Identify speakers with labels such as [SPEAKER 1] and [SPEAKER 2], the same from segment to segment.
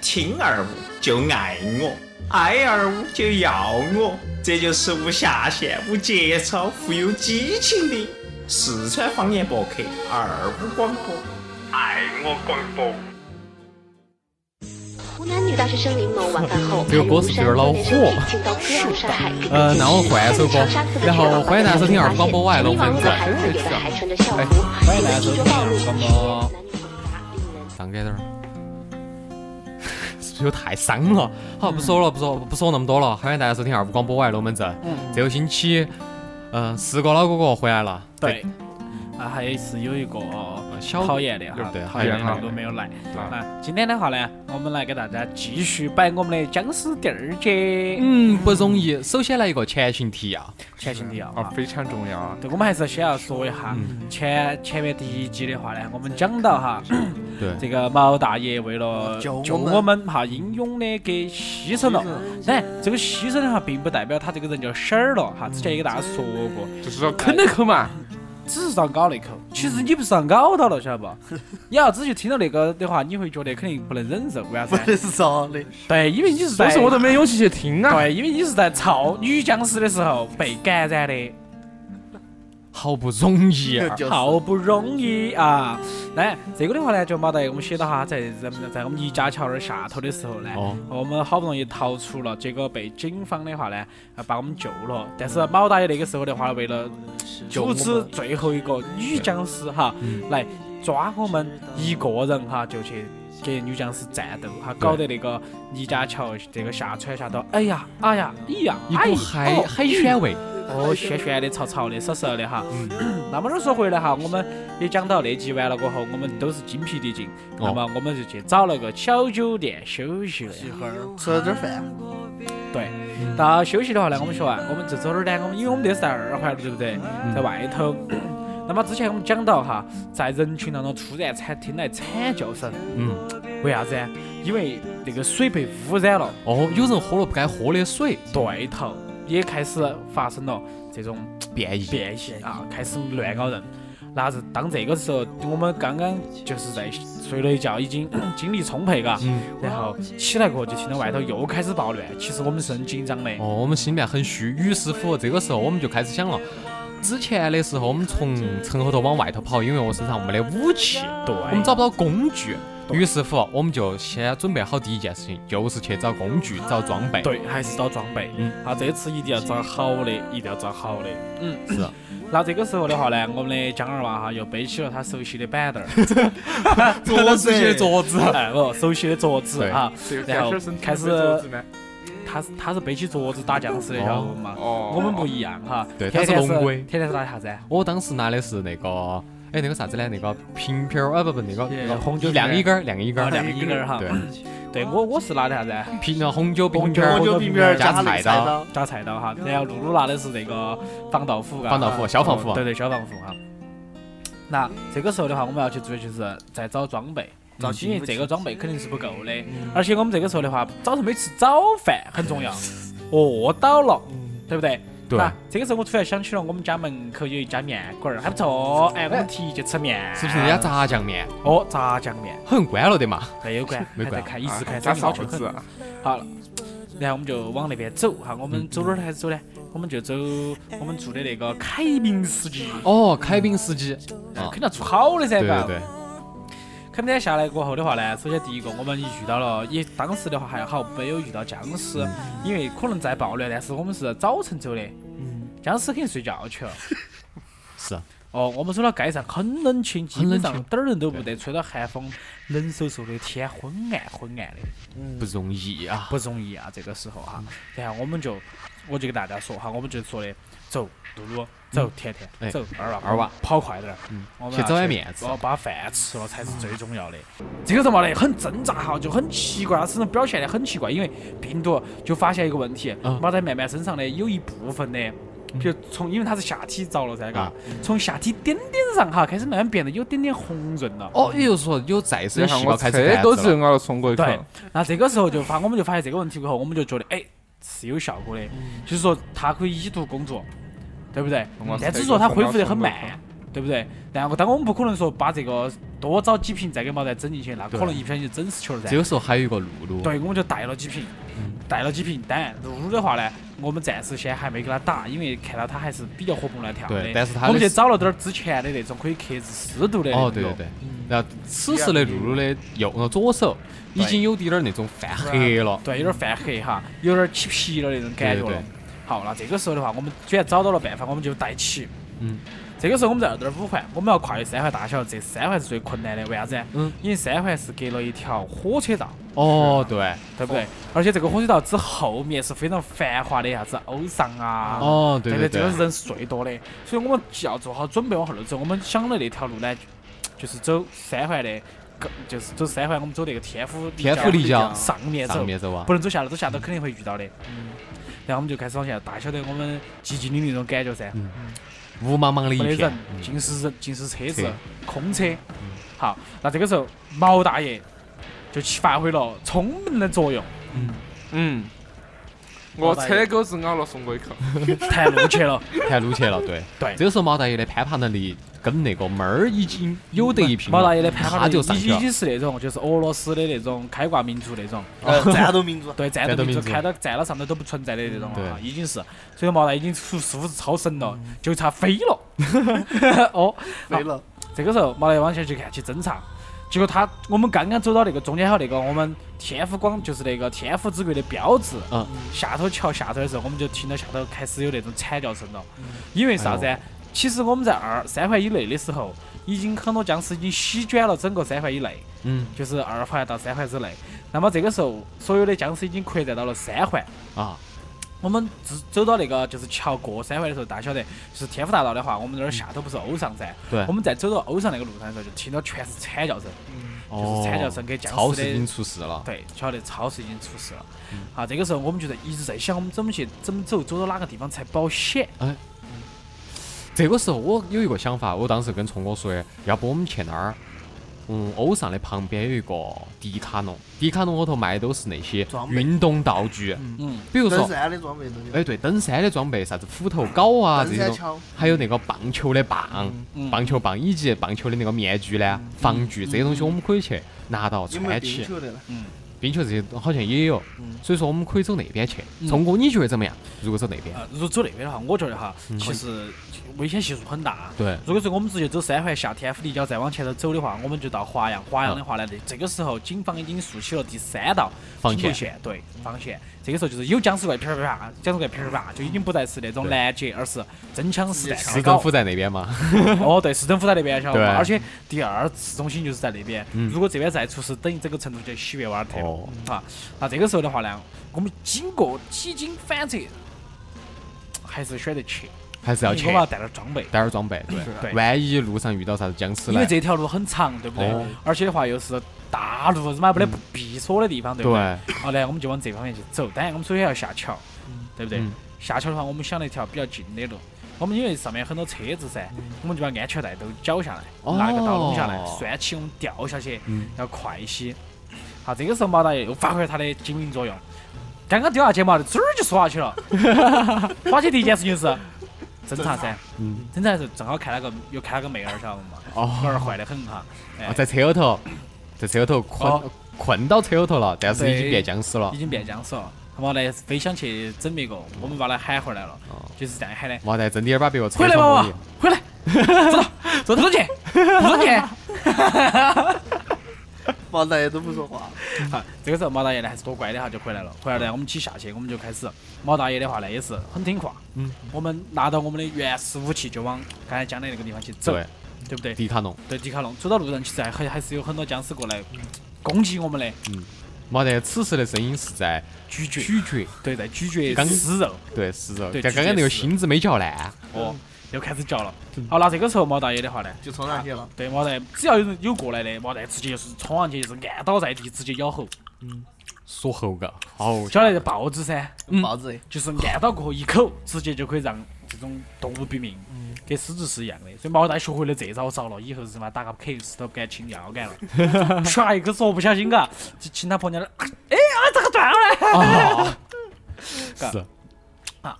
[SPEAKER 1] 亲二五就爱我，爱二五就要我，这就是无下限、无节操、富有激情的四川方言博客二五广播，爱我广播。
[SPEAKER 2] 湖南女大学生林萌晚饭后，
[SPEAKER 3] 这个歌是不是有点老火
[SPEAKER 2] 进到歌舞山海滨
[SPEAKER 3] 呃那我换一首歌然后欢迎大家收听二五广播我爱龙门阵
[SPEAKER 2] 孩子给的还穿着校服，
[SPEAKER 3] 欢迎大家收听
[SPEAKER 2] 暴
[SPEAKER 3] 二
[SPEAKER 2] 露
[SPEAKER 3] 五广
[SPEAKER 2] 一
[SPEAKER 3] 播
[SPEAKER 2] 些男女混杂，令人
[SPEAKER 3] 上给点 儿。是不是有太伤了？好，不说了，不说，不说那么多了。欢迎大家收听二五广播，我爱龙门阵。这个星期，嗯，十个老哥哥回来了。
[SPEAKER 4] 对，啊，还是有一个
[SPEAKER 3] 小
[SPEAKER 4] 讨厌的
[SPEAKER 3] 有
[SPEAKER 4] 哈
[SPEAKER 3] 呃对，
[SPEAKER 4] 讨厌
[SPEAKER 3] 有点讨
[SPEAKER 4] 的
[SPEAKER 3] 厌
[SPEAKER 4] 都没有来。
[SPEAKER 3] 对
[SPEAKER 4] 啊，今天的话呢，我们来给大家继续摆我们的僵尸第二节
[SPEAKER 3] 嗯，不容易。首先来一个前情提要，
[SPEAKER 4] 前情提要
[SPEAKER 5] 啊，
[SPEAKER 3] 哦
[SPEAKER 4] 啊。
[SPEAKER 5] 非常重要啊！
[SPEAKER 4] 对，我们还是先要说一下
[SPEAKER 3] 嗯
[SPEAKER 4] 前前面第一集的话呢，我们讲到哈，
[SPEAKER 3] 对
[SPEAKER 4] 这个毛大爷为了
[SPEAKER 6] 救我们
[SPEAKER 4] 救我们哈，英勇的给牺牲了。但这个牺牲的话，并不代表他这个人就死儿了哈。之前也给大家说过，
[SPEAKER 5] 就是说啃了口嘛，
[SPEAKER 4] 只是上搞那口。其实你不是上搞到了，晓得不？你要只去听到那个的话，你会觉得肯定不能忍受，为啥
[SPEAKER 6] 不
[SPEAKER 4] 子？
[SPEAKER 6] 能说的，，
[SPEAKER 4] 对，因为你是
[SPEAKER 5] 所
[SPEAKER 4] 在
[SPEAKER 5] 以说我都没勇气去听啊。
[SPEAKER 4] 对，因为你是在操女僵尸的时候被感染的，
[SPEAKER 3] 好不容易啊
[SPEAKER 6] 就是
[SPEAKER 4] 好不容易啊！来，这个的话呢，就毛大爷给我们写到哈，在人在我们一家桥那儿下头的时候呢，
[SPEAKER 3] 哦
[SPEAKER 4] 我们好不容易逃出了，结果被警方的话呢，啊把我们救了。但是毛大爷那个时候的话，为了阻止最后一个女僵尸哈，来抓我们一个人哈，就去给女僵尸战斗哈，搞得那个倪家桥这个下川下到，哎呀，哎呀，哎呀，
[SPEAKER 3] 一
[SPEAKER 4] 哎
[SPEAKER 3] 股海
[SPEAKER 4] 哦
[SPEAKER 3] 海选味。
[SPEAKER 4] 哦，轩轩的、潮潮的、骚骚的哈。那么说回来哈，我们也讲到那集完了过后，我们都是精疲力尽，那么我们就去找了个小酒店休息了呀。
[SPEAKER 6] 一会儿吃了点饭，
[SPEAKER 4] 对，到休息的话呢，我们说啊，我们这周儿呢，我们因为我们这是在二环路，对不对？在外头。那么之前我们讲到哈，在人群当中突然餐听来惨叫声，
[SPEAKER 3] 嗯，
[SPEAKER 4] 为啥子啊？因为那个水被污染了，
[SPEAKER 3] 哦，有人喝了不该喝的水，
[SPEAKER 4] 对头也开始发生了这种
[SPEAKER 3] 变异。
[SPEAKER 4] 变现啊，开始乱搞人。那是当这个时候，我们刚刚就是在睡了一觉，已经 精力充沛，嘎，
[SPEAKER 3] 嗯，
[SPEAKER 4] 然后起来过后就听到外头又开始暴乱。其实我们是很紧张的，
[SPEAKER 3] 哦，我们心里面很虚。于是乎，这个时候我们就开始想了。之前的时候，我们从城后头往外头跑，因为我身上没得武器，
[SPEAKER 4] 对，
[SPEAKER 3] 我们找不到工具。于是乎，我们就先准备好第一件事情，就是去找工具、找装备。，
[SPEAKER 4] 对，还是找装备。
[SPEAKER 3] 嗯，
[SPEAKER 4] 啊，这次一定要找好的，一定要找好的。嗯，
[SPEAKER 3] 是。啊
[SPEAKER 4] 那这个时候的话呢，我们的江二娃哈又背起了他熟悉的 板凳儿，
[SPEAKER 3] 桌子些桌子。
[SPEAKER 4] 哎哦，熟悉的镯子
[SPEAKER 3] 对
[SPEAKER 4] 哈
[SPEAKER 5] 这个，
[SPEAKER 4] 然后
[SPEAKER 5] 僵尸
[SPEAKER 4] 开始，
[SPEAKER 5] 吗？
[SPEAKER 4] 他是他是背起镯子打僵尸的，晓得嘛？
[SPEAKER 5] 哦
[SPEAKER 4] 我们不一样哈，
[SPEAKER 3] 对
[SPEAKER 4] 天
[SPEAKER 3] 他是
[SPEAKER 4] 天
[SPEAKER 3] 龙龟
[SPEAKER 4] 天天是打啥子啊？
[SPEAKER 3] 我当时拿的是那个，哎，那个啥子呢？那个瓶瓶儿，啊不不，那个
[SPEAKER 4] 也
[SPEAKER 3] 那个
[SPEAKER 4] 红酒
[SPEAKER 3] 晾
[SPEAKER 4] 瓶
[SPEAKER 3] 衣
[SPEAKER 4] 儿
[SPEAKER 3] 杆儿，晾衣杆
[SPEAKER 4] 啊
[SPEAKER 3] 儿，
[SPEAKER 4] 晾衣杆儿哈
[SPEAKER 3] 对，
[SPEAKER 4] 对我我是拿的啥子？
[SPEAKER 3] 瓶那红酒瓶
[SPEAKER 4] 红酒
[SPEAKER 3] 瓶儿
[SPEAKER 4] 红酒
[SPEAKER 6] 冰冰儿
[SPEAKER 3] 加
[SPEAKER 6] 加那
[SPEAKER 3] 菜
[SPEAKER 6] 个
[SPEAKER 3] 刀
[SPEAKER 6] 刀，
[SPEAKER 4] 加菜刀哈，然后露露拿的是那个防盗斧，嘎
[SPEAKER 3] 防盗斧消防斧
[SPEAKER 4] 哦对对，消防斧哈。那这个时候的话，我们要去注意就是在找装备，因
[SPEAKER 6] 找
[SPEAKER 4] 为
[SPEAKER 6] 新武器
[SPEAKER 4] 这个装备肯定是不够的，而且我们这个时候的话，早上没吃早饭很重要，饿到了，对不对？
[SPEAKER 3] 嗯对
[SPEAKER 4] 那这个时候我突然想起了我们家门口有一家面馆儿，还不错，哎，我们提议去吃面，
[SPEAKER 3] 是不是人家？炸酱面？
[SPEAKER 4] 哦，炸酱面，
[SPEAKER 3] 好像关了的嘛。
[SPEAKER 4] 没有管，
[SPEAKER 3] 没
[SPEAKER 4] 还在
[SPEAKER 3] 管
[SPEAKER 4] 看，一直看，
[SPEAKER 5] 加
[SPEAKER 4] 三
[SPEAKER 5] 烧茄子，啊
[SPEAKER 4] 好了，然后我们就往那边走哈。我
[SPEAKER 3] 嗯
[SPEAKER 4] 们走哪儿开始走呢？我们就走我们住的那个凯明斯基，
[SPEAKER 3] 哦，凯宾斯基。
[SPEAKER 4] 肯
[SPEAKER 3] 啊
[SPEAKER 4] 定要住好的
[SPEAKER 3] 对
[SPEAKER 4] 噻，
[SPEAKER 3] 对
[SPEAKER 4] 嘎。
[SPEAKER 3] 对。
[SPEAKER 4] 肯定下来过后的话呢，首先第一个我们遇到了，也当时的话还好没有遇到僵尸，
[SPEAKER 3] 嗯
[SPEAKER 4] 因为可能在暴乱，但是我们是早晨走的，
[SPEAKER 3] 嗯
[SPEAKER 4] 僵尸肯定睡觉去了。
[SPEAKER 3] 是，
[SPEAKER 4] 哦，我们走到街上很冷清，基
[SPEAKER 3] 很
[SPEAKER 4] 本
[SPEAKER 3] 冷
[SPEAKER 4] 上
[SPEAKER 3] 清
[SPEAKER 4] 点儿人都不得，吹到寒风，冷飕飕的天，昏暗昏暗的。
[SPEAKER 3] 不容易啊。
[SPEAKER 4] 不容易啊，这个时候
[SPEAKER 3] 嗯
[SPEAKER 4] 哈、然后我们就，我就给大家说哈，我们就说的，走，露露，走，甜
[SPEAKER 3] 哎
[SPEAKER 4] 甜，走，二娃，
[SPEAKER 3] 二娃，嗯
[SPEAKER 4] 跑快点儿，我们
[SPEAKER 3] 去
[SPEAKER 4] 要
[SPEAKER 3] 找点面子
[SPEAKER 4] 哦，把饭吃了才是最重要的。这个时候嘛呢，很挣扎哈，就很奇怪，他身上表现的很奇怪，因为病毒就发现一个问题，
[SPEAKER 3] 嗯
[SPEAKER 4] 马在曼曼身上呢有一部分呢。就从因为他是下体着了噻，嘎
[SPEAKER 3] 啊，
[SPEAKER 4] 从下体点点上哈开始慢慢变得有点点红润了。
[SPEAKER 3] 哦，也就是说有再生
[SPEAKER 5] 然后
[SPEAKER 3] 细胞
[SPEAKER 5] 我
[SPEAKER 3] 开
[SPEAKER 5] 车
[SPEAKER 3] 始繁
[SPEAKER 5] 都
[SPEAKER 3] 殖
[SPEAKER 5] 只
[SPEAKER 3] 了。
[SPEAKER 5] 咬了冲过一口，
[SPEAKER 4] 对，那这个时候就发，我们就发现这个问题过后，我们就觉得哎是有效果
[SPEAKER 3] 嗯
[SPEAKER 4] 的，就是说它可以以毒攻毒，对不对
[SPEAKER 5] 嗯？
[SPEAKER 4] 但只是说它恢复得很慢，对不对？然后当我们不可能说把这个多找几瓶再给毛蛋整进去，那可能一不小心就整死球了噻
[SPEAKER 3] 这。个时候还有一个露露，
[SPEAKER 4] 对，我们就带了几瓶，
[SPEAKER 3] 嗯
[SPEAKER 4] 带了几瓶。当然，露露的话呢，我们暂时先还没给他打，因为看到他还是比较活蹦乱跳的。
[SPEAKER 3] 对但是他的
[SPEAKER 4] 我们去找了点儿之前的那种可以克制湿度的。
[SPEAKER 3] 哦，对对对。。然后此时的露露的右呃左手已经有点儿那种泛黑了，
[SPEAKER 4] 对，有点泛黑哈，有点起皮了那种感觉
[SPEAKER 3] 对对
[SPEAKER 4] 了
[SPEAKER 3] 对。
[SPEAKER 4] 好，那这个时候的话，我们居然找到了办法，我们就带起。
[SPEAKER 3] 嗯。
[SPEAKER 4] 这个时候我们在二点五环，我们要跨越三环大桥，这三环是最困难的，为啥子？
[SPEAKER 3] 嗯。
[SPEAKER 4] 因为三环是隔了一条火车道，
[SPEAKER 3] 哦，对，
[SPEAKER 4] 对不对？而且这个火车道之后面是非常繁华的，啥子欧尚啊。
[SPEAKER 3] 哦，对对
[SPEAKER 4] 对这个是人是最多的，所以我们既要做好准备往后头走。我们想的那条路呢，就就是走三环的，更就是走三环，我们走那个天府
[SPEAKER 3] 天府立交
[SPEAKER 4] 上面走
[SPEAKER 3] 上，面走啊嗯
[SPEAKER 4] 不，能走下路，走下路肯定会遇到的。然后我们就开始往下，大晓得我们寂静的那种感觉噻，
[SPEAKER 3] 雾茫茫的
[SPEAKER 4] 没
[SPEAKER 3] 嗯一
[SPEAKER 4] 得
[SPEAKER 3] 片嗯
[SPEAKER 4] 人，， 尽是人，尽是车子
[SPEAKER 3] 车，嗯
[SPEAKER 4] 空车。好，那这个时候毛大爷就起发挥了聪明的作用，
[SPEAKER 5] 嗯，我车狗子咬了送我一口，
[SPEAKER 4] 探路 去了。
[SPEAKER 3] 弹路去了，对。
[SPEAKER 4] 对
[SPEAKER 3] 嗯这个时候毛大爷的攀爬能力跟那个妹儿已经有得一拼了，
[SPEAKER 4] 毛大爷的攀爬
[SPEAKER 3] 他
[SPEAKER 4] 能力
[SPEAKER 3] 就
[SPEAKER 4] 已
[SPEAKER 3] 上去
[SPEAKER 4] 经已
[SPEAKER 3] 了。
[SPEAKER 4] 经是那种，就是俄罗斯的那种开挂民族那种，
[SPEAKER 6] 呃，战斗民族，
[SPEAKER 4] 对，战
[SPEAKER 3] 战
[SPEAKER 4] 斗
[SPEAKER 3] 斗
[SPEAKER 4] 民族
[SPEAKER 3] 民族
[SPEAKER 4] 开到站到上头都不存在的那种了啊，
[SPEAKER 3] 对
[SPEAKER 4] 已经是。所以毛大爷已经出似乎是超神了，就差飞 了。哦，
[SPEAKER 6] 飞了，
[SPEAKER 4] 这个时候，毛来往下去看去侦查，结果他我们刚刚走到那个中间还有那个我们天府广就是那个天府之国的标志，
[SPEAKER 3] 嗯，
[SPEAKER 4] 下头桥下头的时候，我们就听到下头开始有那种惨叫声了，因为啥子啊？其实我们在二三环以内的时候，已经很多僵尸已经席卷了整个三环以内，
[SPEAKER 3] 嗯
[SPEAKER 4] 就是二环到三环之内。那么这个时候，所有的僵尸已经扩展到了三环，
[SPEAKER 3] 啊，
[SPEAKER 4] 我们走走到那个就是桥过三环的时候，大家晓得就是天府大道的话，我们那儿下头不是欧尚噻？
[SPEAKER 3] 对
[SPEAKER 4] 我们在走到欧尚那个路上的时候，就听到全是惨叫声，
[SPEAKER 3] 哦，
[SPEAKER 4] 惨叫声给僵尸的
[SPEAKER 3] 超市已经出事了，
[SPEAKER 4] 对，晓得超市已经出事了。啊，这个时候我们就在一直在想，我们怎么去，怎么走，走到哪个地方才保险？
[SPEAKER 3] 这个时候我有一个想法，我当时跟聪哥说，要不我们去那儿，嗯，欧尚的旁边有一个迪卡侬，迪卡侬后头卖的都是那些
[SPEAKER 6] 装备
[SPEAKER 3] 运动道具，
[SPEAKER 4] 嗯，
[SPEAKER 3] 比如
[SPEAKER 6] 登
[SPEAKER 3] 说，
[SPEAKER 6] 山的装备都有，
[SPEAKER 3] 哎，对，登山的装备，啥子斧头、镐啊
[SPEAKER 6] 登
[SPEAKER 3] 这
[SPEAKER 6] 山
[SPEAKER 3] 种，
[SPEAKER 6] 枪，
[SPEAKER 3] 还有那个棒球的棒、
[SPEAKER 4] 嗯
[SPEAKER 3] 棒球棒以及棒球的那个面具呢、防具这些东西，我们可以去拿到
[SPEAKER 6] 有没
[SPEAKER 3] 穿
[SPEAKER 6] 有冰
[SPEAKER 3] 起。
[SPEAKER 6] 球的呢？
[SPEAKER 3] 冰球这些好像也有，
[SPEAKER 4] 嗯
[SPEAKER 3] 所以说我们可以走那边去。聪哥，你觉得怎么样？如果走那边，
[SPEAKER 4] 呃，如果走那边的话，我觉得哈，其实危险系数很大。
[SPEAKER 3] 对
[SPEAKER 4] 如果说我们直接走三环下天府立交再往前头走的话，我们就到华阳。华阳的话呢，这个时候警方已经竖起了第三道
[SPEAKER 3] 防
[SPEAKER 4] 警戒
[SPEAKER 3] 线
[SPEAKER 4] 线，对，防线。这个时候就是有僵尸怪噼儿啪啪，僵尸怪噼儿啪，就已经不再是那种
[SPEAKER 3] 对
[SPEAKER 4] 拦截，而是真枪实弹开搞。
[SPEAKER 3] 市政府在那边嘛，
[SPEAKER 4] 哦，对，市政府在那边，晓得吧？
[SPEAKER 3] 对
[SPEAKER 4] 而且第二市中心就是在那边。
[SPEAKER 3] 嗯
[SPEAKER 4] 如果这边再出事，等于整个成都就洗白瓦尔特了
[SPEAKER 3] 哦
[SPEAKER 4] 啊。那这个时候的话呢，我们经过几经反侧，还是选择去，
[SPEAKER 3] 还是要
[SPEAKER 4] 因
[SPEAKER 3] 去
[SPEAKER 4] 为我们要带点儿装备。
[SPEAKER 3] 带点儿装备，
[SPEAKER 4] 对
[SPEAKER 3] 对，万一路上遇到啥子僵尸
[SPEAKER 4] 因为
[SPEAKER 3] 呢？
[SPEAKER 4] 这条路很长，对不对
[SPEAKER 3] 哦？
[SPEAKER 4] 而且的话又是大路，日妈没得不闭锁的地方，对不对？
[SPEAKER 3] 对，
[SPEAKER 4] 好嘞，我们就往这方面去走。当然，我们首先要下桥，对不对
[SPEAKER 3] 嗯？
[SPEAKER 4] 下桥的话，我们想了一条比较近的路。我们因为上面很多车子噻，我们就把安全带都绞下来，
[SPEAKER 3] 哦
[SPEAKER 4] 拿个刀拢下来，拴起我们掉下去
[SPEAKER 3] 嗯，
[SPEAKER 4] 要快些。好，这个时候毛大爷又发挥了他的精明作用，刚刚掉下去嘛，滋儿就刷下 去了。刷起第一件事情是侦查噻，
[SPEAKER 3] 嗯，
[SPEAKER 4] 侦查的时候正好看那个又看那个妹儿，晓得嘛？
[SPEAKER 3] 哦
[SPEAKER 4] 妹儿坏得很哈。哎
[SPEAKER 3] 啊在车后头，在车后头困
[SPEAKER 4] 哦
[SPEAKER 3] 困到车后头了，但是已经变僵尸了
[SPEAKER 4] 已。经变僵尸了。他妈的，非想去整别个，我们把他喊回来了，就是这样喊的，
[SPEAKER 3] 哇塞，真的点把哦别个车
[SPEAKER 4] 回来
[SPEAKER 3] 上
[SPEAKER 4] 娃
[SPEAKER 3] 摸
[SPEAKER 4] 娃
[SPEAKER 3] 你，
[SPEAKER 4] 回来，走到走到去，走到 去。
[SPEAKER 6] 毛大爷都不说话，
[SPEAKER 4] 好，这个时候毛大爷呢还是多乖的哈，就回来了。回来呢，我们一起下去，我们就开始。毛大爷的话呢也是很听话，
[SPEAKER 3] 嗯，
[SPEAKER 4] 我们拿到我们的原始武器就往刚才讲的那个地方去走，
[SPEAKER 3] 对，
[SPEAKER 4] 对不对？
[SPEAKER 3] 迪卡侬，
[SPEAKER 4] 对，迪卡侬走到路上，其实还还还是有很多僵尸过来攻击我们的，
[SPEAKER 3] 毛得此时的声音是在
[SPEAKER 4] 咀嚼，
[SPEAKER 3] 咀嚼，
[SPEAKER 4] 对，在咀嚼
[SPEAKER 3] 刚
[SPEAKER 4] 尸肉。
[SPEAKER 3] 对，是肉，
[SPEAKER 4] 对
[SPEAKER 3] 刚刚
[SPEAKER 4] 咀嚼
[SPEAKER 3] 刚那个
[SPEAKER 4] 是
[SPEAKER 3] 芯子没嚼烂，
[SPEAKER 4] 哦，又开始叫了。
[SPEAKER 3] 嗯
[SPEAKER 4] 好，那这个时候毛大爷的话呢，
[SPEAKER 6] 就冲上去了。
[SPEAKER 4] 对毛蛋，只要有人有过来的，毛蛋直接就是冲上去，就是按倒在地，直接咬喉。
[SPEAKER 3] 锁喉嘎，好
[SPEAKER 4] 晓得这豹子噻，
[SPEAKER 6] 豹子，
[SPEAKER 4] 就是按到过后一口，直接就可以让这种动物毙命，
[SPEAKER 3] 嗯
[SPEAKER 4] 跟狮子是一样的。所以毛蛋学会了这招遭了，以后日妈打个 case 都不敢亲腰杆了， 唰一个说不小心嘎，就亲他婆娘的，哎啊这个断了。
[SPEAKER 3] 啊，是
[SPEAKER 4] 嘎
[SPEAKER 3] 嗯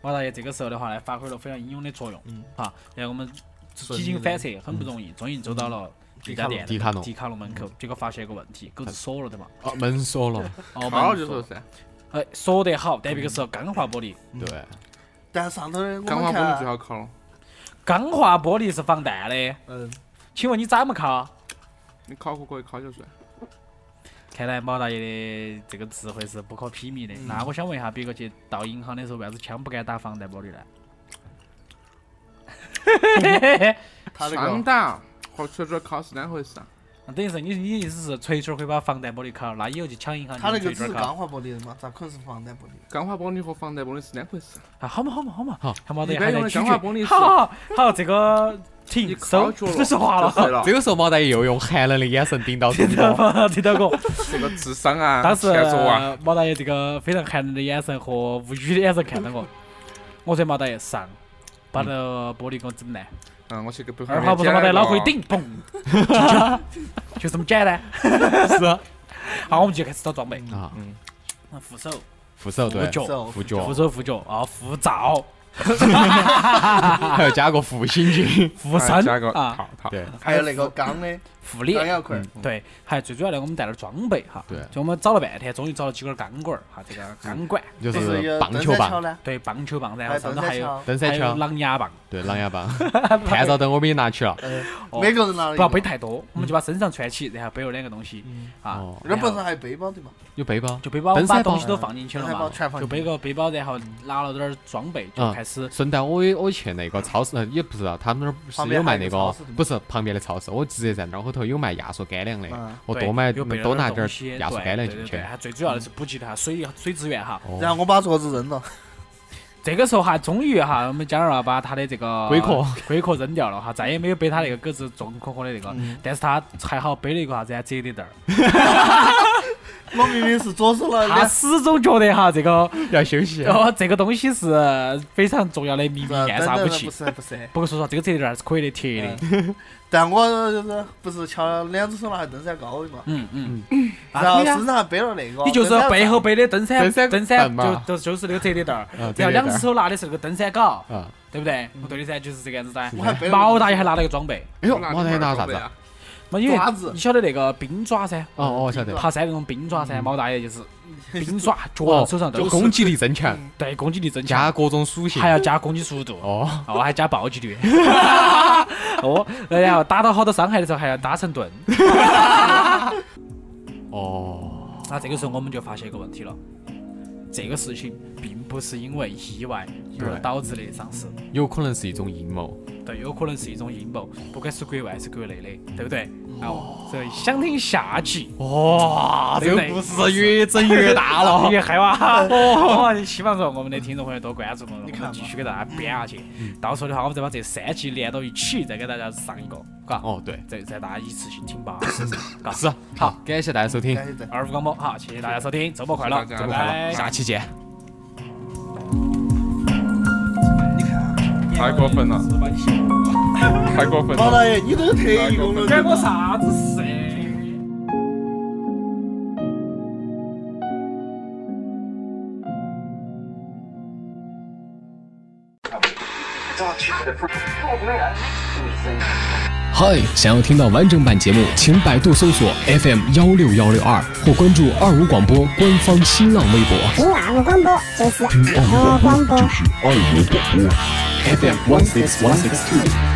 [SPEAKER 4] 毛大爷这个时候的话呢，发挥了非常英勇的作用，啊，然后我们几经反侧，很不容易，终于走到了那家店
[SPEAKER 3] 嗯迪卡侬嗯
[SPEAKER 4] 迪卡侬门口，结果发现一个问题，狗是锁了的嘛，
[SPEAKER 3] 哦，门锁了，
[SPEAKER 4] 哦，
[SPEAKER 5] 卡
[SPEAKER 4] 门
[SPEAKER 5] 了就说
[SPEAKER 4] 锁，
[SPEAKER 5] 噻，
[SPEAKER 4] 哎，锁得好，但别个是钢化玻璃，
[SPEAKER 5] 嗯
[SPEAKER 3] 对，
[SPEAKER 6] 但上头呢，我
[SPEAKER 5] 钢化
[SPEAKER 6] 们
[SPEAKER 5] 玻璃最
[SPEAKER 6] 看，
[SPEAKER 5] 好卡了，
[SPEAKER 4] 钢化玻璃是防弹的，
[SPEAKER 6] 嗯，
[SPEAKER 4] 请问你咋么卡？
[SPEAKER 5] 你卡可可以卡就是。
[SPEAKER 4] 看来毛大爷的这个智慧是不可匹敌的。
[SPEAKER 5] 嗯
[SPEAKER 4] 那我想问一下，别个去盗银行的时候，为啥子枪不敢打防弹玻璃呢？
[SPEAKER 5] 嗯
[SPEAKER 6] 他那
[SPEAKER 5] 双
[SPEAKER 6] 个
[SPEAKER 5] 打和锤锤卡是两回事啊。
[SPEAKER 4] 那 等于是你你意思是锤锤会把防弹玻璃卡了，那以后去抢银行
[SPEAKER 6] 他那
[SPEAKER 4] 就
[SPEAKER 6] 个
[SPEAKER 4] 锤锤
[SPEAKER 6] 只是
[SPEAKER 4] 卡。
[SPEAKER 6] 钢化玻璃的嘛，咋可能是防弹玻璃？
[SPEAKER 5] 钢化玻璃和防弹玻璃是两回事。
[SPEAKER 4] 啊，好嘛好嘛好嘛，
[SPEAKER 3] 好
[SPEAKER 4] 看毛大
[SPEAKER 5] 一
[SPEAKER 4] 爷
[SPEAKER 5] 般
[SPEAKER 4] 还在
[SPEAKER 5] 用的
[SPEAKER 4] 咀
[SPEAKER 5] 钢化
[SPEAKER 4] 嚼。
[SPEAKER 5] 玻璃
[SPEAKER 4] 好
[SPEAKER 5] 是
[SPEAKER 4] 好好好，这个
[SPEAKER 5] 你
[SPEAKER 4] 停
[SPEAKER 5] 卡
[SPEAKER 4] 收，
[SPEAKER 5] 住了，
[SPEAKER 4] 这是话
[SPEAKER 5] 就碎
[SPEAKER 4] 了。
[SPEAKER 5] 了
[SPEAKER 3] 这。个时候毛大爷又用寒冷的眼神 盯到主
[SPEAKER 4] 听到
[SPEAKER 3] 播，
[SPEAKER 4] 吗？听到过。
[SPEAKER 5] 这个智商啊，
[SPEAKER 4] 当时
[SPEAKER 5] 欠揍啊！
[SPEAKER 4] 毛大爷这个非常寒冷的眼神和无语的眼神看到 我，我说毛大爷上，把那个玻璃给我整烂。
[SPEAKER 5] 嗯，我去给北方
[SPEAKER 4] 二话不说，
[SPEAKER 5] 捡
[SPEAKER 4] 我在
[SPEAKER 5] 了一个啊
[SPEAKER 4] 脑壳一顶，嘣，就这么简单。
[SPEAKER 3] 是啊，
[SPEAKER 4] 好，我们就开始找装备，
[SPEAKER 5] 嗯，哦
[SPEAKER 4] 扶手、
[SPEAKER 3] 扶手
[SPEAKER 4] 扶
[SPEAKER 3] 对，
[SPEAKER 4] 脚、
[SPEAKER 6] 手
[SPEAKER 3] 扶
[SPEAKER 4] 扶
[SPEAKER 3] 脚，
[SPEAKER 4] 手、扶脚啊，扶罩、
[SPEAKER 5] 哎
[SPEAKER 3] 还要加个扶星 君，
[SPEAKER 4] 扶
[SPEAKER 5] 哎
[SPEAKER 4] 身
[SPEAKER 5] 加个哎
[SPEAKER 4] 啊，
[SPEAKER 5] 套套。
[SPEAKER 3] 对，
[SPEAKER 6] 还有那个钢的
[SPEAKER 4] 扶
[SPEAKER 6] 钢
[SPEAKER 4] 脸。
[SPEAKER 6] 牙块儿，
[SPEAKER 4] 对，还有最主要的，我们带点装备哈。
[SPEAKER 3] 对
[SPEAKER 4] 就我们找了半天，终于找了几根钢管儿哈，这个钢
[SPEAKER 5] 嗯
[SPEAKER 4] 管，
[SPEAKER 3] 就
[SPEAKER 6] 就是有
[SPEAKER 3] 棒
[SPEAKER 6] 登
[SPEAKER 3] 球
[SPEAKER 6] 山桥
[SPEAKER 3] 棒，
[SPEAKER 6] 呢，
[SPEAKER 4] 对，棒球棒，然
[SPEAKER 6] 还
[SPEAKER 4] 后
[SPEAKER 6] 有
[SPEAKER 4] 上
[SPEAKER 6] 登
[SPEAKER 4] 头还
[SPEAKER 6] 山
[SPEAKER 4] 有
[SPEAKER 6] 桥，
[SPEAKER 3] 登山
[SPEAKER 4] 还有
[SPEAKER 3] 球，
[SPEAKER 4] 狼牙棒，
[SPEAKER 3] 对，狼牙棒，探照灯我们也拿去了，
[SPEAKER 6] 嗯
[SPEAKER 4] 哦，
[SPEAKER 6] 每个人拿了一
[SPEAKER 4] 不
[SPEAKER 6] 个
[SPEAKER 4] 要背，太多，我们就把身上穿起，然后背了两个东西啊
[SPEAKER 3] 嗯哦。
[SPEAKER 6] 那
[SPEAKER 4] 然
[SPEAKER 6] 不
[SPEAKER 4] 后
[SPEAKER 6] 是还有背包对嘛？
[SPEAKER 3] 有背包，
[SPEAKER 4] 就背包，我
[SPEAKER 3] 登
[SPEAKER 4] 们把
[SPEAKER 3] 山包
[SPEAKER 4] 东西都放进去了
[SPEAKER 6] 登山包全
[SPEAKER 4] 嘛，
[SPEAKER 6] 放
[SPEAKER 4] 就
[SPEAKER 6] 进去
[SPEAKER 4] 背个背包，然后拿了点儿装备，就
[SPEAKER 3] 嗯
[SPEAKER 4] 开始
[SPEAKER 3] 顺带我也我去那个超市，呃也不是啊，他们那儿
[SPEAKER 6] 旁
[SPEAKER 3] 是
[SPEAKER 6] 边
[SPEAKER 3] 有卖
[SPEAKER 6] 还
[SPEAKER 3] 那
[SPEAKER 6] 有一个
[SPEAKER 3] 个
[SPEAKER 6] 超市的，吗
[SPEAKER 3] 不是旁边的超市，我直接在那儿后头有卖亚索干粮的
[SPEAKER 6] 嗯，
[SPEAKER 3] 我
[SPEAKER 4] 对
[SPEAKER 3] 多买
[SPEAKER 4] 有备了
[SPEAKER 3] 多拿
[SPEAKER 4] 点
[SPEAKER 3] 点
[SPEAKER 4] 儿
[SPEAKER 3] 儿
[SPEAKER 4] 东西
[SPEAKER 3] 亚索
[SPEAKER 4] 对
[SPEAKER 3] 干粮
[SPEAKER 4] 对
[SPEAKER 3] 进
[SPEAKER 4] 对
[SPEAKER 3] 去
[SPEAKER 4] 对，还最主
[SPEAKER 3] 嗯
[SPEAKER 4] 要的是补给它水水资源哈。
[SPEAKER 3] 哦
[SPEAKER 6] 然后我把桌子扔了，
[SPEAKER 4] 这个时候哈，终于哈，我们家人啊把他的这个
[SPEAKER 3] 龟壳
[SPEAKER 4] 龟壳扔掉了哈，再也没有背他那个狗子重壳壳的那个，
[SPEAKER 3] 嗯
[SPEAKER 4] 但是他还好背了一个啥子啊折叠凳儿，
[SPEAKER 6] 我明明是左手拿
[SPEAKER 4] 他
[SPEAKER 6] 两，
[SPEAKER 4] 始终觉得哈这个
[SPEAKER 3] 要休息。啊
[SPEAKER 4] 哦这个东西是非常重要的秘密
[SPEAKER 6] 等
[SPEAKER 4] 暗杀
[SPEAKER 6] 等
[SPEAKER 4] 武
[SPEAKER 6] 等
[SPEAKER 4] 器
[SPEAKER 6] 不。啊是不是。
[SPEAKER 4] 不过说实话，这个折叠凳儿还是可以的，铁的。
[SPEAKER 3] 嗯
[SPEAKER 6] 但我就是不是翘了两只手拿登山高的嘛，
[SPEAKER 4] 嗯嗯，啊
[SPEAKER 6] 然后
[SPEAKER 4] 对呀
[SPEAKER 6] 身上还背了那个，
[SPEAKER 4] 你就是背后背的登山
[SPEAKER 3] 登山
[SPEAKER 4] 登山
[SPEAKER 3] 棍
[SPEAKER 4] 就
[SPEAKER 3] 嘛
[SPEAKER 4] 就就是那个折叠凳儿，
[SPEAKER 3] 嗯
[SPEAKER 4] 然后
[SPEAKER 3] 折
[SPEAKER 4] 两
[SPEAKER 3] 叠凳
[SPEAKER 4] 只
[SPEAKER 3] 儿
[SPEAKER 4] 手拿的是那个登山镐，
[SPEAKER 3] 啊，
[SPEAKER 4] 对不对？不对的噻，就是这个样子噻
[SPEAKER 6] 我还背。了
[SPEAKER 4] 毛大爷还拿了个装备，
[SPEAKER 3] 哎呦，
[SPEAKER 5] 我拿
[SPEAKER 3] 毛大爷拿啥
[SPEAKER 5] 装
[SPEAKER 3] 子
[SPEAKER 5] 备
[SPEAKER 3] 啊？
[SPEAKER 5] 啊？
[SPEAKER 4] 嘛因为
[SPEAKER 6] 爪子
[SPEAKER 4] 你晓得那个冰爪噻，嗯
[SPEAKER 3] 哦，我晓得，嗯
[SPEAKER 4] 爬山那种冰爪噻，毛大爷 就是冰爪，脚
[SPEAKER 3] 哦，
[SPEAKER 4] 手上都
[SPEAKER 3] 就是嗯攻击力增强，
[SPEAKER 4] 对攻击力增
[SPEAKER 3] 加
[SPEAKER 4] 强，
[SPEAKER 3] 各种属性
[SPEAKER 4] 还。要加攻击速度，
[SPEAKER 3] 哦，
[SPEAKER 4] 哦，还加暴击率。 哦，然后打到好多伤害的时候还要打成盾。
[SPEAKER 3] 哦，
[SPEAKER 4] 那这个时候我们就发现一个问题了，这个事情并不是因为意外而
[SPEAKER 3] 对
[SPEAKER 4] 导致的丧尸，
[SPEAKER 3] 有可能是一种阴谋。
[SPEAKER 4] 对，有可能是一种阴谋，不管是国外还是国内的，对不对？哦，所以想听下集，
[SPEAKER 3] 哇，这
[SPEAKER 4] 对不
[SPEAKER 3] 个
[SPEAKER 4] 对
[SPEAKER 3] 故事越整越大了。
[SPEAKER 4] 哦也害 怕。哦，希望说我们的听众朋友多关注我们，我
[SPEAKER 6] 看
[SPEAKER 4] 们
[SPEAKER 6] 嘛
[SPEAKER 4] 继续给大家编下去。到时候的话，我们再把这三集连到一起，再给大家上一个，嘎，
[SPEAKER 3] 哦，对，
[SPEAKER 4] 再再大家一次性听巴适，嘎。
[SPEAKER 3] 是好，感谢大家收听，
[SPEAKER 6] 感谢大家
[SPEAKER 4] 二五广播，好，谢谢大家收听，周末快乐，
[SPEAKER 5] 谢谢
[SPEAKER 4] 拜
[SPEAKER 5] 大家
[SPEAKER 4] 拜。
[SPEAKER 3] 下期见。
[SPEAKER 5] 太过分了，太过分
[SPEAKER 6] 毛
[SPEAKER 5] 了。
[SPEAKER 6] 大爷，你都是特异功能者
[SPEAKER 4] 干过啥子事？
[SPEAKER 7] 嗨，想要听到完整版节目，请百度搜索 FM 幺六幺六二或关注二五广播官方新浪微博。听二五广播就是二五广播，就是二五广播。FM one six one six two。